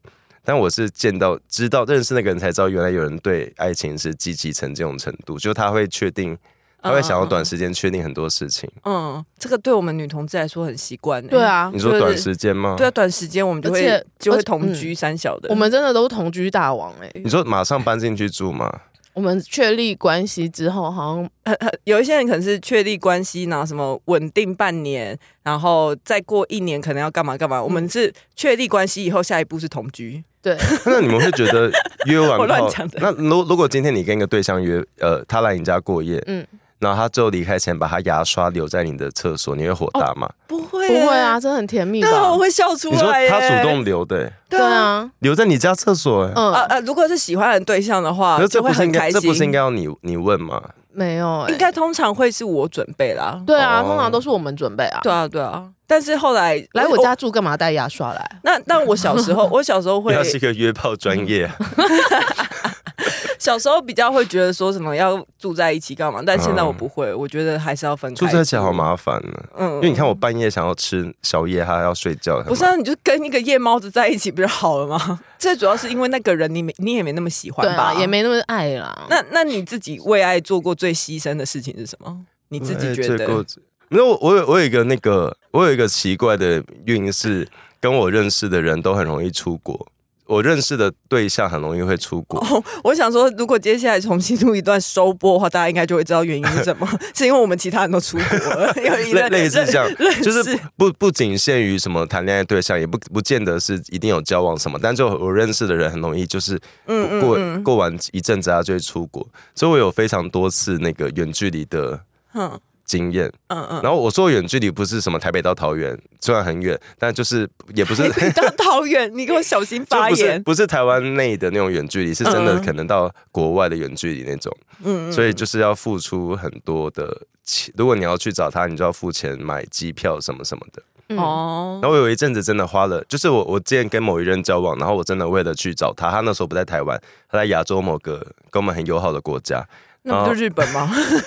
Speaker 2: 但我是见到知道认识那个人才知道，原来有人对爱情是积极成这种程度，就他会确定，他会
Speaker 1: 哦
Speaker 2: 想要短时间确定很多事情。
Speaker 1: 嗯，这个对我们女同志来说很习惯欸。
Speaker 3: 对啊
Speaker 2: 你，说
Speaker 1: 就是
Speaker 2: 短时间吗？
Speaker 1: 对啊，短时间我们就
Speaker 3: 而且
Speaker 1: 会就
Speaker 3: 而
Speaker 1: 会
Speaker 3: 且嗯
Speaker 1: 同居三小的。
Speaker 3: 我们真的都是同居大王哎、
Speaker 2: 你说马上搬进去住吗？
Speaker 3: 我们确立关系之后，好像
Speaker 1: 有一些人可能是确立关系，然后什么稳定半年，然后再过一年可能要干嘛干嘛。我
Speaker 3: 嗯
Speaker 1: 们是确立关系以后，下一步是同居。
Speaker 3: 对
Speaker 2: 那你们会觉得约完
Speaker 1: 我乱
Speaker 2: 炮
Speaker 1: 讲的
Speaker 2: 那如如果今天你跟一个对象约，呃，他来你家过夜，
Speaker 3: 嗯
Speaker 2: 嗯，然后他最后离开前把他牙刷留在你的厕所，你会火大吗？
Speaker 1: 不
Speaker 3: 不
Speaker 1: 会、
Speaker 3: 会啊，，这很甜蜜吧
Speaker 1: 哦对？啊，我会笑出
Speaker 2: 你说
Speaker 1: 来耶。
Speaker 2: 他主动留的、欸
Speaker 3: 对啊，
Speaker 2: 留在你家厕所、欸，
Speaker 3: 嗯，
Speaker 1: 啊啊！如果是喜欢的对象的话
Speaker 2: 可是，这
Speaker 1: 就会
Speaker 2: 不是应
Speaker 1: 很
Speaker 2: 该，
Speaker 1: 开
Speaker 2: 这
Speaker 1: 心。
Speaker 2: 不是应该要你你问吗？
Speaker 3: 没有哎、
Speaker 1: 应该通常会是我准备啦。
Speaker 3: 对啊，
Speaker 2: 哦
Speaker 3: 通常都是我们准备啊。
Speaker 1: 对啊，对啊。但是后来
Speaker 3: 来我家，住干嘛带牙刷来？
Speaker 1: 那那我小时候，我小时候会嗯
Speaker 2: 因为他是一个约炮专业啊，
Speaker 1: 小时候比较会觉得说什么要住在一起干嘛，但现在我不会，我觉得还是要分开
Speaker 2: 嗯住在一起好？麻烦呢、
Speaker 1: 嗯
Speaker 2: 因为你看我半夜想要吃宵夜，他要睡觉，
Speaker 1: 不是、啊，你就跟一个夜猫子在一起不就好了吗？ 最主要是因为那个人你没你也没那么喜欢
Speaker 3: 对
Speaker 1: 吧，
Speaker 3: 啊，也。没那么爱啦。
Speaker 1: 那那你自己为爱做过最牺牲的事情是什么？你自己觉
Speaker 2: 哎这
Speaker 1: 得
Speaker 2: 个？没有，我我有我有一个那个，我有一个奇怪的运势，跟我认识的人都很容易出国。我认识的对象很容易会出国，
Speaker 1: 我想说，如果接下来重新录一段收播的话，大家应该就会知道原因是 什么，是因为我们其他人都出国了，有一
Speaker 2: 类
Speaker 1: 个
Speaker 2: 类似这样，
Speaker 1: 认
Speaker 2: 就
Speaker 1: 识
Speaker 2: 是不不仅限于什么谈恋爱对象，也不不见得是一定有交往什么，但就我认识的人很容易就是
Speaker 1: 嗯
Speaker 2: 过过完一阵子他啊就会出国，所以我有非常多次那个远距离的
Speaker 1: 嗯
Speaker 2: 经验。
Speaker 1: 嗯嗯，
Speaker 2: 然后我说远距离不是什么台北到桃园，虽然很远，但就是也 不是
Speaker 1: 你到桃园，你给我小心
Speaker 2: 就
Speaker 1: 发
Speaker 2: 不是
Speaker 1: 言。
Speaker 2: 不是台湾内的那种远距离，是真的
Speaker 1: 嗯
Speaker 2: 可能到国外的远距离那种，
Speaker 1: 嗯
Speaker 2: 所以就是要付出很多的钱。如果你要去找他，你就要付钱买机票什么什么的。
Speaker 3: 嗯
Speaker 1: 哦
Speaker 2: 然后我有一阵子真的花了，就是我我之前跟某一任交往，然后我真的为了去找他，他那时候不在台湾，他在亚洲某个跟我们很友好的国家，
Speaker 1: 那不就日本吗？
Speaker 2: 哦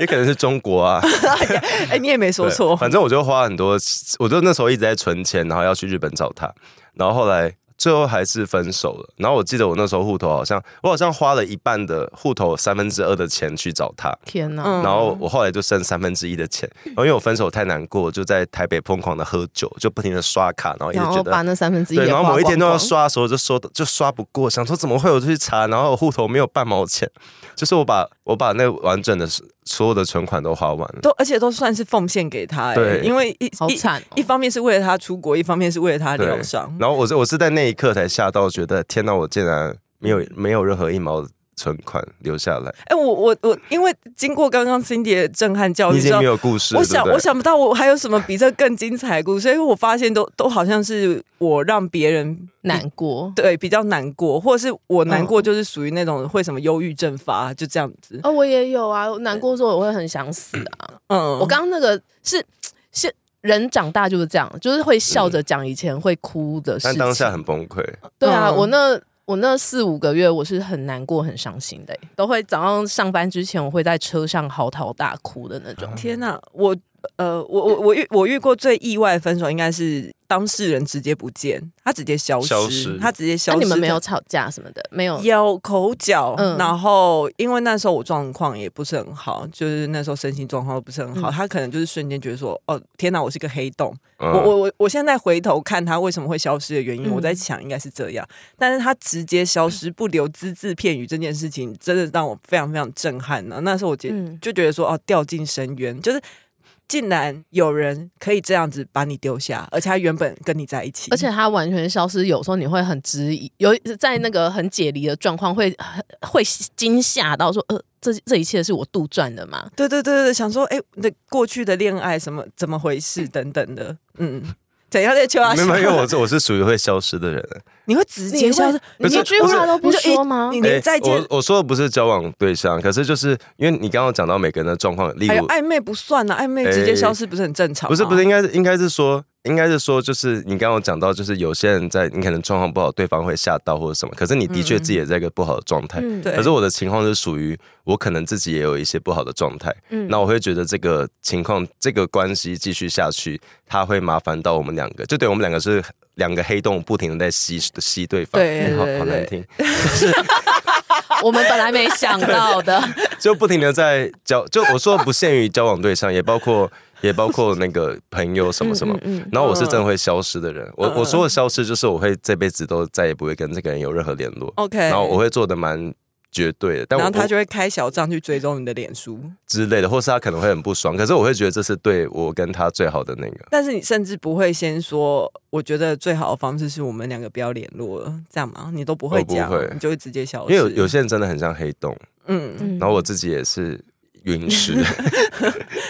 Speaker 2: 也可能是中国啊，
Speaker 1: 哎、你也没说
Speaker 2: 对
Speaker 1: 错。
Speaker 2: 反正我就花很多，我就那时候一直在存钱，然后要去日本找他，然后后来最后还是分手了。然后我记得我那时候户头好像，我好像花了一半的户头三分之二的钱去找他，
Speaker 3: 天哪，
Speaker 1: 嗯
Speaker 2: 然后我后来就剩三分之一的钱。然后因为我分手太难过，就在台北疯狂的喝酒，就不停的刷卡，然后一直
Speaker 3: 然后
Speaker 2: 觉
Speaker 3: 把
Speaker 2: 得。
Speaker 3: 那三分之一
Speaker 2: 对，
Speaker 3: 也
Speaker 2: 然后
Speaker 3: 花
Speaker 2: 某一天都要
Speaker 3: 光光
Speaker 2: 刷的时候，就说就刷不过，想说怎么会？我就去查，然后我户头没有半毛钱，就是我把我把那完整的所有的存款都花完了。
Speaker 1: 都而且都算是奉献给他、哎
Speaker 2: 对
Speaker 1: 因为一
Speaker 3: 好
Speaker 1: 一
Speaker 3: 惨哦
Speaker 1: 一方面是为了他出国，一方面是为了他
Speaker 2: 对
Speaker 1: 疗伤。
Speaker 2: 然后我是我是在那一刻才吓到，觉得天哪，我竟然没有
Speaker 1: 嗯
Speaker 2: 没有任何一毛存款留下来，
Speaker 1: 哎、我我我，因为经过刚刚 Cindy 的震撼教
Speaker 2: 你
Speaker 1: 育，哦
Speaker 2: 已
Speaker 1: 知
Speaker 2: 经
Speaker 1: 道
Speaker 2: 没有故事了，
Speaker 1: 我
Speaker 2: 对
Speaker 1: 想
Speaker 2: 不
Speaker 1: 我
Speaker 2: 对？
Speaker 1: 想不到我还有什么比这更精彩的故事，所以我发现都都好像是我让别人
Speaker 3: 难过。
Speaker 1: 对比较难过，或者是我难过
Speaker 3: 嗯
Speaker 1: 就是属于那种会什么忧郁症发，就这样
Speaker 3: 哦
Speaker 1: 子。
Speaker 3: 哦，我也有啊，我难过的时候我会很想死啊。
Speaker 1: 嗯，
Speaker 3: 我刚刚那个是是人长大就是这样，就是会笑着讲以前会哭的事情。
Speaker 2: 嗯但当下很崩溃。
Speaker 3: 对啊，
Speaker 1: 嗯
Speaker 3: 我那我那四五个月我是很难过、很伤心的欸、都会早上上班之前我会在车上嚎啕大哭的那种。
Speaker 1: 天哪、我呃，我我我遇我遇过最意外的分手，应该是当事人直接不见，他直接消失，
Speaker 2: 消失
Speaker 1: 他直接消
Speaker 3: 那、
Speaker 1: 失。
Speaker 3: 你们没有吵架什么的，没有
Speaker 1: 有口角，
Speaker 3: 嗯
Speaker 1: 然后因为那时候我状况也不是很好，就是那时候身心状况都不是很好，
Speaker 3: 嗯
Speaker 1: 他可能就是瞬间觉得说，哦，天哪，我是个黑洞。
Speaker 2: 嗯
Speaker 1: 我我我我现在回头看他为什么会消失的原因，
Speaker 3: 嗯
Speaker 1: 我在想应该是这样，但是他直接消失不留只字片语这件事情，真的让我非常非常震撼呢、那时候我觉
Speaker 3: 嗯
Speaker 1: 就觉得说，哦，掉进深渊，就是竟然有人可以这样子把你丢下，而且他原本跟你在一起，
Speaker 3: 而且它完全消失，有时候你会很质疑，有在那个很解离的状况，会很会惊吓到说，呃，这这一切是我杜撰的吗？
Speaker 1: 对对对对，想说，哎、那过去的恋爱什么怎么回事等等的， 嗯，怎样在求啊？
Speaker 2: 没有，没有因为我是我是属于会消失的人。
Speaker 1: 你会直接消失，
Speaker 3: 你
Speaker 2: 不是
Speaker 3: 一句话都不说吗
Speaker 1: 你？连
Speaker 2: 哎
Speaker 1: 再见
Speaker 2: 我我说的不是交往对象，可是就是因为你刚刚讲到每个人的状况，例
Speaker 1: 还有
Speaker 2: 如
Speaker 1: 暧昧不算了、啊，暧昧直接消失不是很正常、
Speaker 2: 不是不是，，应该是应该是说，应该是说，就是你刚刚有讲到，就是有些人在你可能状况不好，对方会吓到或者什么，可是你的确自己也在一个不好的状态。
Speaker 3: 嗯，
Speaker 1: 对
Speaker 2: 可是我的情况是属于我可能自己也有一些不好的状态，
Speaker 3: 嗯
Speaker 2: 那我会觉得这个情况这个关系继续下去，它会麻烦到我们两个，就对我们两个是两个黑洞，不停的在吸吸对方，
Speaker 1: 对
Speaker 2: 哎好
Speaker 1: 对
Speaker 2: 好难
Speaker 1: 对
Speaker 2: 听，
Speaker 3: 我们本来没想 到的，
Speaker 2: 就不停的在交，就我说不限于交往对象，也包括也包括那个朋友什么什么，
Speaker 3: 嗯嗯
Speaker 2: 然后我是真的会消失的人，我
Speaker 1: 嗯
Speaker 2: 我说的消失就是我会这辈子都再也不会跟这个人有任何联络，
Speaker 1: OK，
Speaker 2: 然后我会做的蛮绝对的，但
Speaker 1: 哦然
Speaker 2: 我
Speaker 1: 后他
Speaker 2: 我
Speaker 1: 就会开小账去追踪你的脸书，
Speaker 2: 之类的，或是他可能会很不爽，可是我会觉得这是对我跟他最好的那个，
Speaker 1: 但是你甚至不会先说，我觉得最好的方式是我们两个不要联络了，这样吗？你都不会
Speaker 2: 哦我不
Speaker 1: 讲，
Speaker 2: 会
Speaker 1: 你就会直接消
Speaker 2: 因
Speaker 1: 失。
Speaker 2: 为有有些人真的很像黑洞，
Speaker 1: 嗯，
Speaker 3: 嗯
Speaker 2: 然后我自己也是陨石，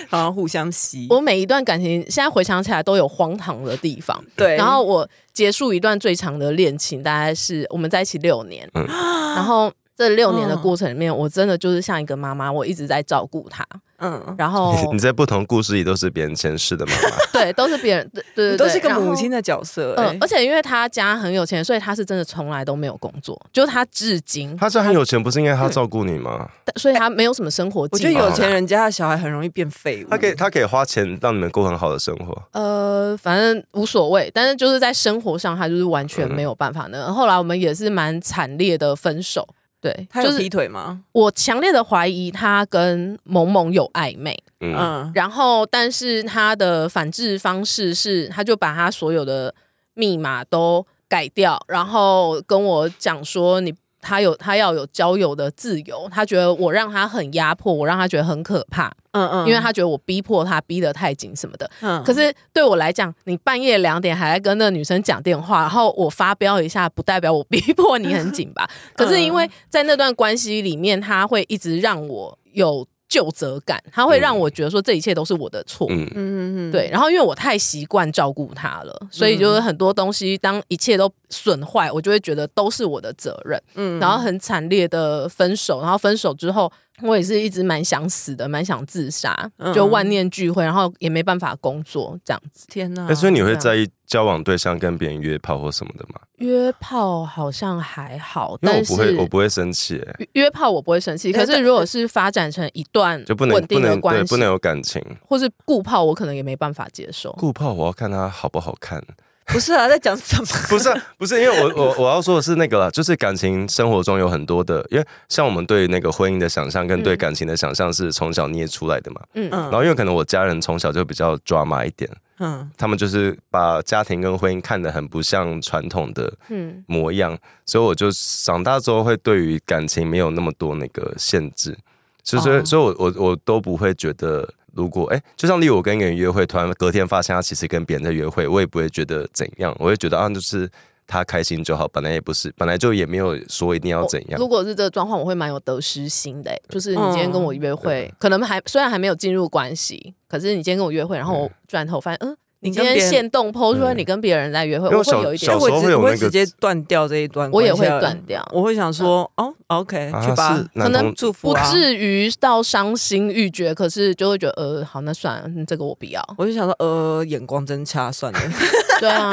Speaker 1: 好像互相吸，
Speaker 3: 我每一段感情现在回想起来都有荒唐的地方。
Speaker 1: 对，
Speaker 3: 然后我结束一段最长的恋情，大概是我们在一起六年，
Speaker 2: 嗯
Speaker 3: 然后这六年的
Speaker 1: 嗯
Speaker 3: 过程里面，我真的就是像一个妈妈，我一直在照顾她，
Speaker 1: 嗯，
Speaker 3: 然后
Speaker 2: 你在不同故事里都是别人前世的妈妈，
Speaker 3: 对，都是别人，对对
Speaker 1: 你
Speaker 3: 对，
Speaker 1: 都是一个
Speaker 3: 然后
Speaker 1: 母亲的角色、
Speaker 3: 嗯、
Speaker 1: 欸
Speaker 3: 而且因为他家很有钱，所以他是真的从来都没有工作，就是他至今，
Speaker 2: 他这很有钱，不是应该他照顾你吗？
Speaker 3: 所以他没有什么生活
Speaker 1: 我
Speaker 3: 技
Speaker 1: 觉得
Speaker 3: 能。
Speaker 1: 有钱人家的小孩很容易变废物。
Speaker 2: 啊他可以，他可以花钱让你们过很好的生活。
Speaker 3: 呃，反正无所谓，但是就是在生活上，他就是完全没有办法呢。
Speaker 1: 嗯
Speaker 3: 后来我们也是蛮惨烈的分手，对，
Speaker 1: 他
Speaker 3: 就
Speaker 1: 有劈
Speaker 3: 是
Speaker 1: 腿吗？
Speaker 3: 我强烈的怀疑他跟萌萌有暧昧，
Speaker 2: 嗯，
Speaker 1: 嗯，
Speaker 3: 然后但是他的反制方式是，他就把他所有的密码都改掉，然后跟我讲说你。他有，他要有交友的自由。他觉得我让他很压迫，我让他觉得很可怕，
Speaker 1: 嗯嗯
Speaker 3: 因为他觉得我逼迫他，逼得太紧什么的。
Speaker 1: 嗯
Speaker 3: 可是对我来讲，你半夜两点还在跟那个女生讲电话，然后我发飙一下，不代表我逼迫你很紧 吧？可是
Speaker 1: 嗯
Speaker 3: 因为在那段关系里面，他会一直让我有疚责感，他会让我觉得说这一切都是我的错。
Speaker 2: 嗯，
Speaker 1: 嗯嗯嗯，
Speaker 3: 对，然后因为我太习惯照顾他了，所以就是很多东西，当一切都损坏，我就会觉得都是我的责任。
Speaker 1: 嗯
Speaker 3: 然后很惨烈的分手，然后分手之后，我也是一直蛮想死的，蛮想自杀，
Speaker 1: 嗯
Speaker 3: 就万念俱灰，然后也没办法工作，这样子。
Speaker 1: 天哪、
Speaker 2: 哎、所以你会在意交往对象跟别人约炮或什么的吗？
Speaker 3: 约炮好像还好，
Speaker 2: 因为我
Speaker 3: 但
Speaker 2: 不会，
Speaker 3: 是
Speaker 2: 我不会生气、哎，
Speaker 3: 约约炮我不会生气，
Speaker 1: 但
Speaker 3: 可是如果是发展成一段
Speaker 2: 就不能
Speaker 3: 稳
Speaker 2: 不
Speaker 3: 定的
Speaker 2: 能
Speaker 3: 关
Speaker 2: 对
Speaker 3: 系，
Speaker 2: 不能有感情。
Speaker 3: 或是固炮，我可能也没办法接受。
Speaker 2: 顾炮，我要看他好不好看。
Speaker 1: 不是啊，在讲什么？
Speaker 2: 不是啊，不是，因为我我我要说的是那个啦，就是感情生活中有很多的，因为像我们对那个婚姻的想象跟对
Speaker 3: 嗯
Speaker 2: 感情的想象是从小捏出来的嘛。
Speaker 3: 嗯
Speaker 1: 嗯
Speaker 2: 然后因为可能我家人从小就比较 drama 一点，
Speaker 1: 嗯
Speaker 2: 他们就是把家庭跟婚姻看得很不像传统的
Speaker 3: 嗯
Speaker 2: 模样，所以我就长大之后会对于感情没有那么多那个限制，所以所以、
Speaker 1: 哦
Speaker 2: 所以我我我都不会觉得。如果哎、就像例如我跟一个人约会，突然隔天发现他其实跟别人在约会，我也不会觉得怎样，我会觉得啊，就是他开心就好，本来也不是，本来就也没有说一定要
Speaker 3: 我
Speaker 2: 怎样
Speaker 3: 如。果是这个状况，我会蛮有得失心的欸、就是你今天跟我约会，
Speaker 2: 嗯
Speaker 3: 可能还虽然还没有进入关系，可是你今天跟我约会，然后我转头发现，嗯，你
Speaker 1: 你
Speaker 3: 今
Speaker 1: 跟别
Speaker 3: 天
Speaker 1: 人
Speaker 3: 现动抛出来，
Speaker 2: 嗯
Speaker 3: 你跟别人在约会，
Speaker 2: 因为
Speaker 3: 我会
Speaker 2: 小
Speaker 3: 有一
Speaker 2: 小
Speaker 1: 但
Speaker 2: 时
Speaker 3: 点
Speaker 1: 哎我
Speaker 2: 候
Speaker 1: 只
Speaker 2: 会有
Speaker 1: 我
Speaker 2: 那
Speaker 1: 会
Speaker 2: 个
Speaker 1: 直接断掉这一段
Speaker 3: 我
Speaker 1: 关系
Speaker 3: 也
Speaker 1: 啊，
Speaker 3: 会断掉，
Speaker 1: 我会想说，哦，OK，
Speaker 2: 啊
Speaker 1: 去吧
Speaker 2: 是。男
Speaker 3: 可能
Speaker 2: 同
Speaker 1: 祝福
Speaker 3: 不
Speaker 1: 啊！
Speaker 3: 至于到伤心欲绝，可是就会觉得呃，好，那算了，嗯这个我不要。
Speaker 1: 我就想说，呃，眼光真差，算了。
Speaker 3: 对啊，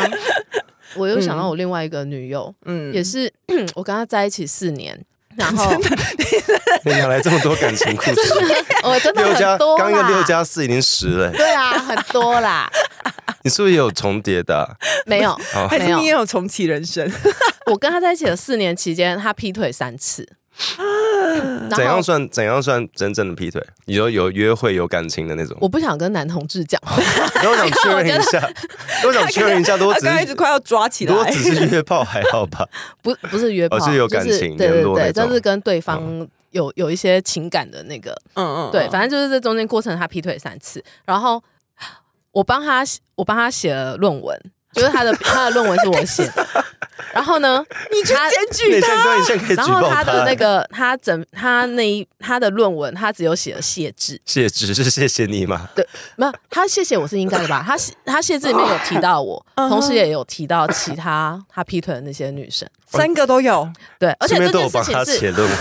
Speaker 3: 我又
Speaker 2: 嗯
Speaker 3: 想到我另外一个女友，
Speaker 1: 嗯，
Speaker 3: 也是 我跟她在一起四年，然后
Speaker 2: 哪来这么多感情故事？
Speaker 3: 我哦真的
Speaker 2: 六加
Speaker 3: 很多
Speaker 2: 刚一
Speaker 3: 啦
Speaker 2: 个六加四已经十了，
Speaker 3: 对啊，很多啦，
Speaker 2: 你是不是也有重叠的啊？
Speaker 3: 没有，
Speaker 2: 好
Speaker 1: 还
Speaker 3: 没
Speaker 1: 是
Speaker 3: 有
Speaker 1: 你也有重启人生？
Speaker 3: 我跟他在一起的四年期间，他劈腿三 次。
Speaker 2: 怎
Speaker 3: 然
Speaker 2: 样
Speaker 3: 后
Speaker 2: 算怎样算真正的劈腿？你说有约会有感情的那种？
Speaker 3: 我不想跟男同志讲话，
Speaker 2: 那我想确认一下，那我想 确认一下，如果
Speaker 1: 他
Speaker 2: 只
Speaker 1: 刚才一直
Speaker 2: 是
Speaker 1: 快要抓起
Speaker 2: 如果
Speaker 1: 来，嗯
Speaker 2: 只是约炮还好吧？
Speaker 3: 不不是约炮，
Speaker 2: 哦是有感情
Speaker 3: 就是对
Speaker 2: 联
Speaker 3: 对
Speaker 2: 络
Speaker 3: 对，
Speaker 2: 那种嗯
Speaker 3: 就是跟对方有有一些情感的那个，
Speaker 1: 嗯嗯，
Speaker 3: 对，
Speaker 1: 嗯
Speaker 3: 反正就是这中间过程他劈腿三次，然后 我帮他我帮他写了论文，就是他的 他的论文是我写 的，然后呢，你去检
Speaker 2: 那你现在对你现在可以
Speaker 3: 然
Speaker 2: 举
Speaker 3: 后
Speaker 2: 报
Speaker 3: 他的
Speaker 2: 欸
Speaker 3: 那个他整他那一他的论文他只有写了谢字，
Speaker 2: 谢只是谢谢你嘛，
Speaker 3: 没有他谢谢我是应该 的吧？他他谢字里面有提到我，
Speaker 1: 嗯哼
Speaker 3: 同时也有提到其他他劈腿的那些女生，
Speaker 1: 三个都有，
Speaker 3: 对，而且
Speaker 2: 顺便
Speaker 3: 这
Speaker 2: 都
Speaker 3: 件
Speaker 2: 有帮
Speaker 3: 事
Speaker 2: 他
Speaker 3: 情是
Speaker 2: 写论文，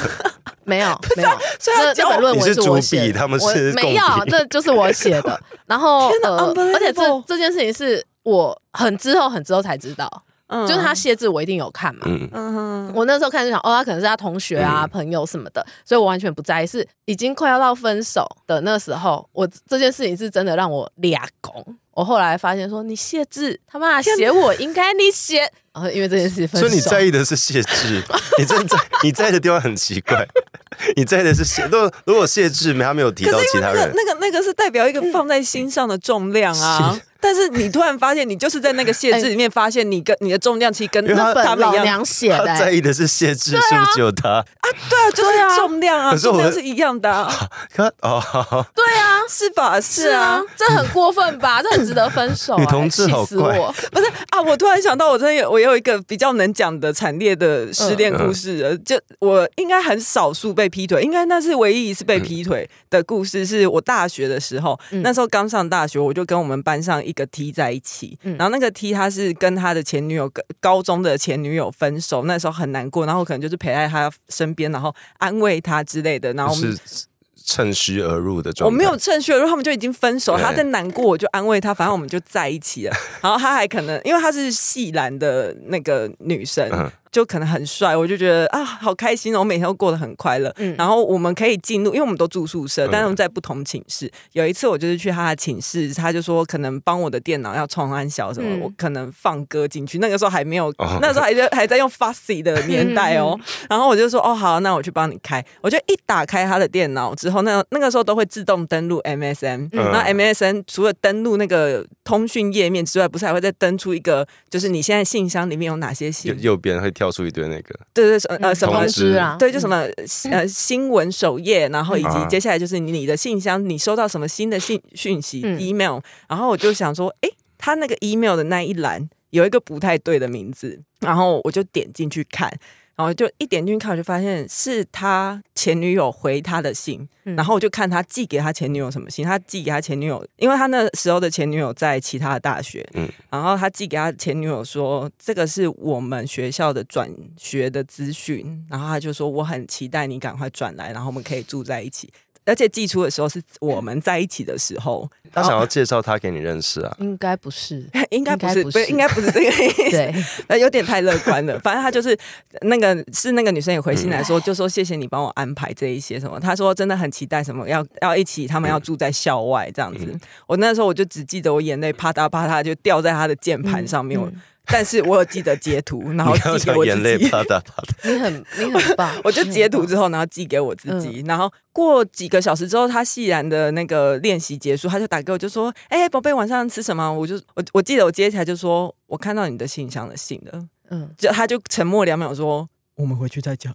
Speaker 3: 没 有没有，
Speaker 1: 啊所以他
Speaker 3: 这这
Speaker 1: 教
Speaker 3: 本论
Speaker 2: 你
Speaker 3: 文
Speaker 2: 是
Speaker 3: 我
Speaker 2: 主
Speaker 3: 写的，
Speaker 2: 笔他们
Speaker 3: 我
Speaker 2: 是
Speaker 3: 没有
Speaker 2: 共，笔
Speaker 3: 这 就是我写的。然后
Speaker 1: 天哪
Speaker 3: 呃，而且这
Speaker 1: unbelievable
Speaker 3: 这件事情是我很之后很之后才知道，
Speaker 1: 嗯
Speaker 3: 就是他，谢字我一定有看嘛。
Speaker 2: 嗯，
Speaker 1: 嗯哼，
Speaker 3: 我那时候看就想，哦，他可能是他同学啊、
Speaker 2: 嗯
Speaker 3: 朋友什么的，所以我完全不在意。是已经快要到分手的那时候，我这件事情是真的让我俩拱。我后来发现说，你谢字他妈写我应该你写，然后因为这件事情分手。
Speaker 2: 所以你在意的是谢志，你真在你在意的地方很奇怪， 你在意的是谢，如果如果谢志没他没有提
Speaker 1: 可
Speaker 2: 到
Speaker 1: 是
Speaker 2: 其
Speaker 1: 因为
Speaker 2: 他
Speaker 1: 那个
Speaker 2: 人，
Speaker 1: 那个那个是代表一个放在心上的重量啊
Speaker 2: 是。
Speaker 1: 但是你突然发现，你就是在那个限制里面发现，你跟你的重量其实跟
Speaker 2: 因为他
Speaker 3: 哎那
Speaker 1: 他
Speaker 3: 本
Speaker 1: 们
Speaker 3: 老
Speaker 1: 一样
Speaker 3: 娘写的、
Speaker 2: 他在
Speaker 3: 欸，
Speaker 2: 意的是谢志是不是只有他？
Speaker 1: 对啊，就
Speaker 3: 对啊
Speaker 1: 是重量啊，
Speaker 2: 可是我
Speaker 1: 重
Speaker 2: 的
Speaker 1: 量是一样的啊，
Speaker 2: 可哦，好好
Speaker 3: 对啊，
Speaker 1: 是吧？
Speaker 3: 是
Speaker 1: 是
Speaker 3: 啊
Speaker 1: 啊，，
Speaker 3: 这很过分吧？这很值得分手、欸。
Speaker 2: 女同志好
Speaker 3: 气死我！嗯
Speaker 1: 不是啊，我突然想到，我真的有我有一个比较能讲的惨烈的失恋故事了，就我应该很少数被劈腿，应该那是唯一一次被劈腿的故事，是我大学的时候，
Speaker 3: 嗯
Speaker 1: 那时候刚上大学，我就跟我们班上一个 T 在一起，
Speaker 3: 嗯
Speaker 1: 然后那个 T 他是跟他的前女友，跟高中的前女友分手，那时候很难过，然后我可能就是陪在他身边，然后安慰他之类的，然后我们
Speaker 2: 是趁虚而入的状态。
Speaker 1: 我没有趁虚而入，他们就已经分手，
Speaker 2: 对
Speaker 1: 他在难过，我就安慰他，反正我们就在一 起了。然后他还可能因为他是细兰的那个女生，
Speaker 2: 嗯
Speaker 1: 就可能很帅，我就觉得啊，好开心哦，我每天都过得很快乐。
Speaker 3: 嗯
Speaker 1: 然后我们可以进入，因为我们都住宿舍，
Speaker 2: 嗯
Speaker 1: 但是我们在不同寝室。有一次我就是去他的寝室，他就说可能帮我的电脑要重安小什么，
Speaker 3: 嗯
Speaker 1: 我可能放歌进去。那个时候还没有，
Speaker 2: 哦嗯
Speaker 1: 那时候还在还在用 Fussy 的年代哦。然后我就说哦好，那我去帮你开。我就一打开他的电脑之后，那那个时候都会自动登录 MSN，、
Speaker 2: 嗯
Speaker 1: 那 MSN 除了登录那个通讯页面之外，不是还会再登出一个，就是你现在信箱里面有哪些信
Speaker 2: 右？右边会跳出一堆那个，
Speaker 1: 对对
Speaker 3: 嗯
Speaker 1: 对，呃什么
Speaker 2: 通
Speaker 3: 通
Speaker 2: 知
Speaker 3: 知
Speaker 2: 啊
Speaker 3: 啊？
Speaker 1: 对，就什么
Speaker 3: 嗯
Speaker 1: 呃新闻首页，然后以及
Speaker 2: 啊
Speaker 1: 接下来就是你的信箱，你收到什么新的信讯息、
Speaker 3: 嗯
Speaker 1: email，然后我就想说，诶，他那个 email 的那一栏有一个不太对的名字，然后我就点进去看，然后就一点进去看，我就发现是他前女友回他的信，
Speaker 3: 嗯
Speaker 1: 然后我就看他寄给他前女友什么信，他寄给他前女友，因为他那时候的前女友在其他的大学，
Speaker 2: 嗯
Speaker 1: 然后他寄给他前女友说，这个是我们学校的转学的资讯，然后他就说我很期待你赶快转来，然后我们可以住在一起，而且寄出的时候是我们在一起的时候，
Speaker 2: 他想
Speaker 1: 哦
Speaker 2: 要介绍他给你认识啊。
Speaker 3: 应该不是，
Speaker 1: 应该不是，
Speaker 3: 应该
Speaker 1: 不
Speaker 3: 不
Speaker 1: 是，
Speaker 3: 是
Speaker 1: 应该不是这个意思，
Speaker 3: 对，
Speaker 1: 呃，有点太乐观了。反正他就是那个是那个女生也回信来
Speaker 2: 嗯
Speaker 1: 说，就说谢谢你帮我安排这一些什么。他说真的很期待什么要要一起，他们要住在校外这样子。
Speaker 2: 嗯
Speaker 1: 我那时候我就只记得我眼泪啪嗒啪嗒就掉在他的键盘上面，我 但是我有记得截图， 然后
Speaker 2: 嗯你要
Speaker 1: 寄给
Speaker 2: 讲
Speaker 1: 我
Speaker 2: 眼泪
Speaker 1: 自己。，
Speaker 2: 啪嗯嗒啪嗒，
Speaker 3: 你很你很棒
Speaker 1: 我就截图之后，然后寄给我自
Speaker 2: 嗯
Speaker 1: 己，然后过几个小时之后，他细然的那个练习结束，他就打给我，就说：“哎、宝贝，晚上吃什么？”我就我我记得我接起来就说：“我看到你的信箱的信了。”
Speaker 3: 嗯，
Speaker 1: 就他就沉默两秒说：“我们回去再讲。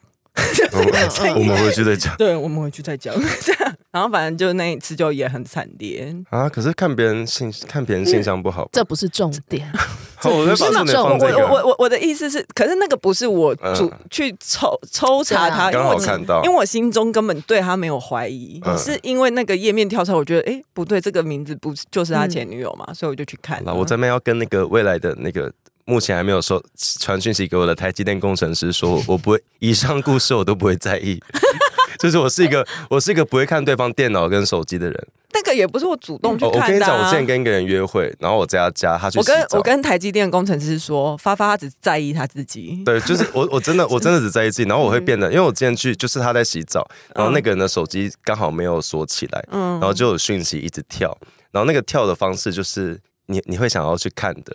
Speaker 2: 我我们回去再讲”
Speaker 1: 对，我们回去再讲。 这样，然后反正就那一次就也很惨烈。
Speaker 2: 啊。可是看别人信看别人信箱不好吧，
Speaker 1: 嗯
Speaker 3: 这不是重点，
Speaker 2: 我
Speaker 3: 不
Speaker 2: 在
Speaker 3: 是
Speaker 2: 把重点
Speaker 1: 我
Speaker 2: 放这
Speaker 3: 那
Speaker 2: 个，
Speaker 1: 我我我的意思是，可是那个不是我主、
Speaker 2: 嗯
Speaker 1: 去抽抽查它，因
Speaker 2: 刚
Speaker 1: 为
Speaker 2: 好
Speaker 1: 我
Speaker 2: 看到
Speaker 1: 因为我心中根本对他没有怀疑，
Speaker 2: 嗯
Speaker 1: 是因为那个页面跳出来，我觉得哎、诶不对，这个名字不是就是他前女友嘛，所以我就去看啊
Speaker 2: 好
Speaker 1: 了。
Speaker 2: 了，我这边要跟那个未来的那个目前还没有收传讯息给我的台积电工程师说， 我我不会以上故事我都不会在意， 就是我是一个我是一个不会看对方电脑跟手机的人。
Speaker 1: 那个也不是我主动去
Speaker 2: 哦，我跟
Speaker 1: 看
Speaker 2: 你
Speaker 1: 的、
Speaker 2: 讲，我
Speaker 1: 啊
Speaker 2: 之前跟一个人约会，然后我在他家，他去
Speaker 1: 我
Speaker 2: 洗
Speaker 1: 跟
Speaker 2: 澡
Speaker 1: 我跟台积电工程师说，发发他只在意他自己，
Speaker 2: 对，就是我，我真的，我真的只在意自己，然后我会变得，
Speaker 1: 嗯
Speaker 2: 因为我之前去就是他在洗澡，然后那个人的手机刚好没有锁起来，
Speaker 1: 嗯
Speaker 2: 然后就有讯息一直跳，然后那个跳的方式就是你你会想要去看的，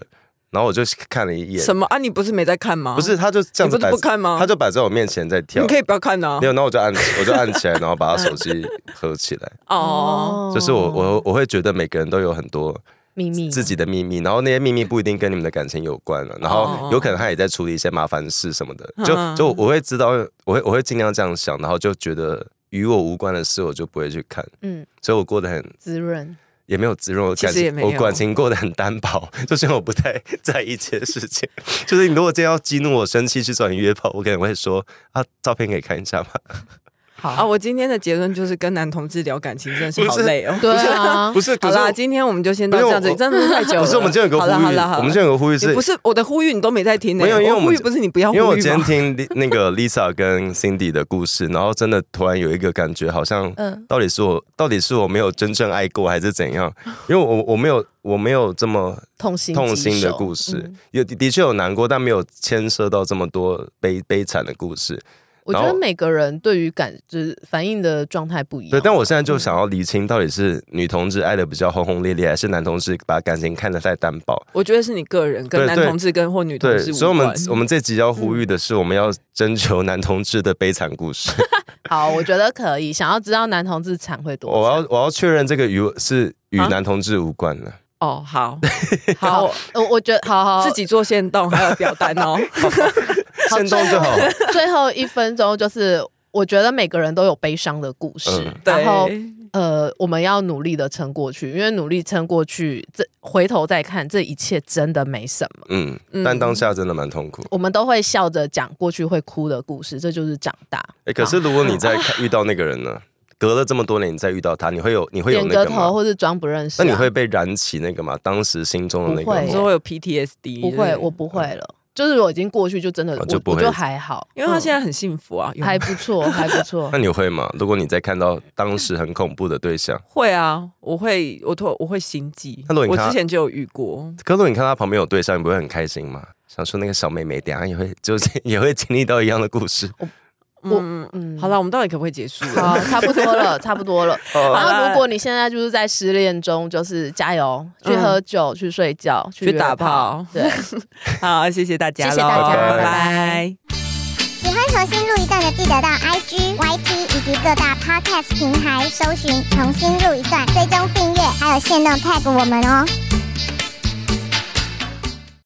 Speaker 2: 然后我就看了一眼，
Speaker 1: 什么啊？你不是没在看吗？
Speaker 2: 不是，他就这样
Speaker 1: 你
Speaker 2: 子
Speaker 1: 不
Speaker 2: 摆
Speaker 1: 是不看吗？
Speaker 2: 他就摆在我面前在跳，
Speaker 1: 你可以不要看啊
Speaker 2: 没。有，那我就按，我就按起来，然后把他手机合起来。
Speaker 1: 哦，
Speaker 2: 就是我，我我会觉得每个人都有很多
Speaker 3: 秘密
Speaker 2: 自己的秘密，然后那些秘密不一定跟你们的感情有关啊了，然
Speaker 1: 哦
Speaker 2: 后有可能他也在处理一些麻烦事什么的。
Speaker 1: 嗯
Speaker 2: 就就我会知道，我会我会尽量这样想，然后就觉得与我无关的事，我就不会去看。
Speaker 3: 嗯
Speaker 2: 所以我过得很
Speaker 3: 滋润。
Speaker 2: 也没有滋润，我
Speaker 1: 其
Speaker 2: 感
Speaker 1: 实也
Speaker 2: 情
Speaker 1: 没有
Speaker 2: 我感情过得很单薄， 就是因为我不太在意这些事 情。就是你如果今天要激怒我、生气去找你约炮，我可能会说啊，照片可以看一下吗？
Speaker 3: 好
Speaker 1: 啊，我今天的结论就是跟男同志聊感情真的是好
Speaker 2: 不是
Speaker 1: 累哦。
Speaker 3: 对 啊，
Speaker 2: 不是，可
Speaker 1: 好
Speaker 2: 是
Speaker 1: 啦，
Speaker 2: 我
Speaker 1: 今天我们就先到
Speaker 2: 没
Speaker 1: 这
Speaker 2: 有
Speaker 1: 样子，
Speaker 2: 我
Speaker 1: 真的是太久了。
Speaker 2: 不是，我们今天有个呼
Speaker 1: 好了好
Speaker 2: 吁，
Speaker 1: 了好了，
Speaker 2: 我们今天有个呼吁
Speaker 1: 也
Speaker 2: 是
Speaker 1: 不。是我的呼吁，你都没在听呢、
Speaker 2: 没有因为
Speaker 1: 我
Speaker 2: 我们
Speaker 1: 呼吁不是你不要
Speaker 2: 因
Speaker 1: 呼
Speaker 2: 为我
Speaker 1: 吁
Speaker 2: 今天
Speaker 1: 吗？
Speaker 2: 听 Li- 那个 Lisa 跟 Cindy 的故事，然后真的突然有一个感觉，好像
Speaker 3: 嗯，
Speaker 2: 到底是我到底是我没有真正爱过，还是怎样？因为我我没有我没有这么
Speaker 3: 痛心
Speaker 2: 痛心
Speaker 3: 疾
Speaker 2: 的
Speaker 3: 首
Speaker 2: 故事
Speaker 3: 嗯，
Speaker 2: 有的确有难过，但没有牵涉到这么多悲悲惨的故事。
Speaker 3: 我觉
Speaker 2: 然
Speaker 3: 得
Speaker 2: 后
Speaker 3: 每个人对于感就是反应的状态不一样。
Speaker 2: 对，但我现在就想要厘清，到底是女同志爱的比较轰轰烈烈，还是男同志把感情看得太单薄？
Speaker 1: 我觉得是你个人跟
Speaker 2: 对
Speaker 1: 男
Speaker 2: 对
Speaker 1: 同志跟或女同
Speaker 2: 对，
Speaker 1: 志无
Speaker 2: 所以我们
Speaker 1: 关
Speaker 2: 我们这集要呼吁的是，我们要征求男同志的悲惨故事。
Speaker 3: 好，我觉得可以。想要知道男同志惨会多
Speaker 2: 我
Speaker 3: 惨？
Speaker 2: 要我要确认这个与是与
Speaker 1: 啊
Speaker 2: 男同志无关的。
Speaker 1: 哦， 好
Speaker 3: 好
Speaker 1: 好，，
Speaker 3: 呃我觉得好好
Speaker 1: 自己做限动还有表单 哦。
Speaker 3: 好
Speaker 2: 先动
Speaker 3: 最
Speaker 2: 就
Speaker 3: 后
Speaker 2: 好。
Speaker 3: 最后一分钟就是，我觉得每个人都有悲伤的故事，
Speaker 2: 嗯
Speaker 1: 对
Speaker 3: 然后呃，我们要努力的撑过去，因为努力撑过去，这回头再看，这一切真的没什么。
Speaker 2: 嗯
Speaker 1: 嗯，
Speaker 2: 但当下真的蛮痛苦。
Speaker 3: 我们都会笑着讲过去会哭的故事，这就是长大。
Speaker 2: 哎，可是如果你在看遇到那个人呢，隔了这么多年你再遇到他，你会有你会有
Speaker 3: 点
Speaker 2: 那
Speaker 3: 个
Speaker 2: 个
Speaker 3: 头
Speaker 2: 吗？
Speaker 3: 或是装不认识、
Speaker 2: 那
Speaker 3: 啊，
Speaker 2: 你会被燃起那个吗？当时心中的那
Speaker 3: 不
Speaker 2: 个
Speaker 1: 你
Speaker 3: 会
Speaker 1: 说
Speaker 2: 吗？
Speaker 1: 会有 PTSD？
Speaker 3: 不会，我不会了。就是我已经过去，就真
Speaker 2: 嗯
Speaker 3: 的
Speaker 2: 哦
Speaker 3: 我
Speaker 2: 就不
Speaker 3: 我
Speaker 2: 会
Speaker 3: 就还好，
Speaker 1: 因为他现
Speaker 3: 在、
Speaker 1: 在很幸福啊，有
Speaker 3: 嗯还不错，还不 错
Speaker 2: 那。你会吗？如果你在看到当时很恐怖的对象，
Speaker 1: 会啊，我会我突我会心悸。
Speaker 2: 那如果你
Speaker 1: 我
Speaker 2: 看他
Speaker 1: 之前就有遇过，
Speaker 2: 可如果你看他旁边有对象，你不会很开心吗？想说那个小妹妹，等一下也会就是 也会经历到一样的故事。
Speaker 3: 我
Speaker 1: 嗯，
Speaker 3: 嗯
Speaker 1: 好了，我们到底可不可以结束了？
Speaker 3: 好，差不多了，差不多了。然
Speaker 1: 好
Speaker 3: 后，
Speaker 1: 啦
Speaker 3: 如果你现在就是在失恋中，就是加油，去
Speaker 1: 嗯
Speaker 3: 喝酒，去睡觉，
Speaker 1: 去
Speaker 3: 约
Speaker 1: 打炮。
Speaker 3: 对，
Speaker 1: 好，谢谢大家喽，
Speaker 3: 谢谢大
Speaker 2: 家拜拜
Speaker 1: 拜拜
Speaker 5: 喜欢重新录一段的，记得到 IG、YT 以及各大 Podcast 平台搜寻“重新录一段”，追踪订阅，还有限定 tag 我们哦。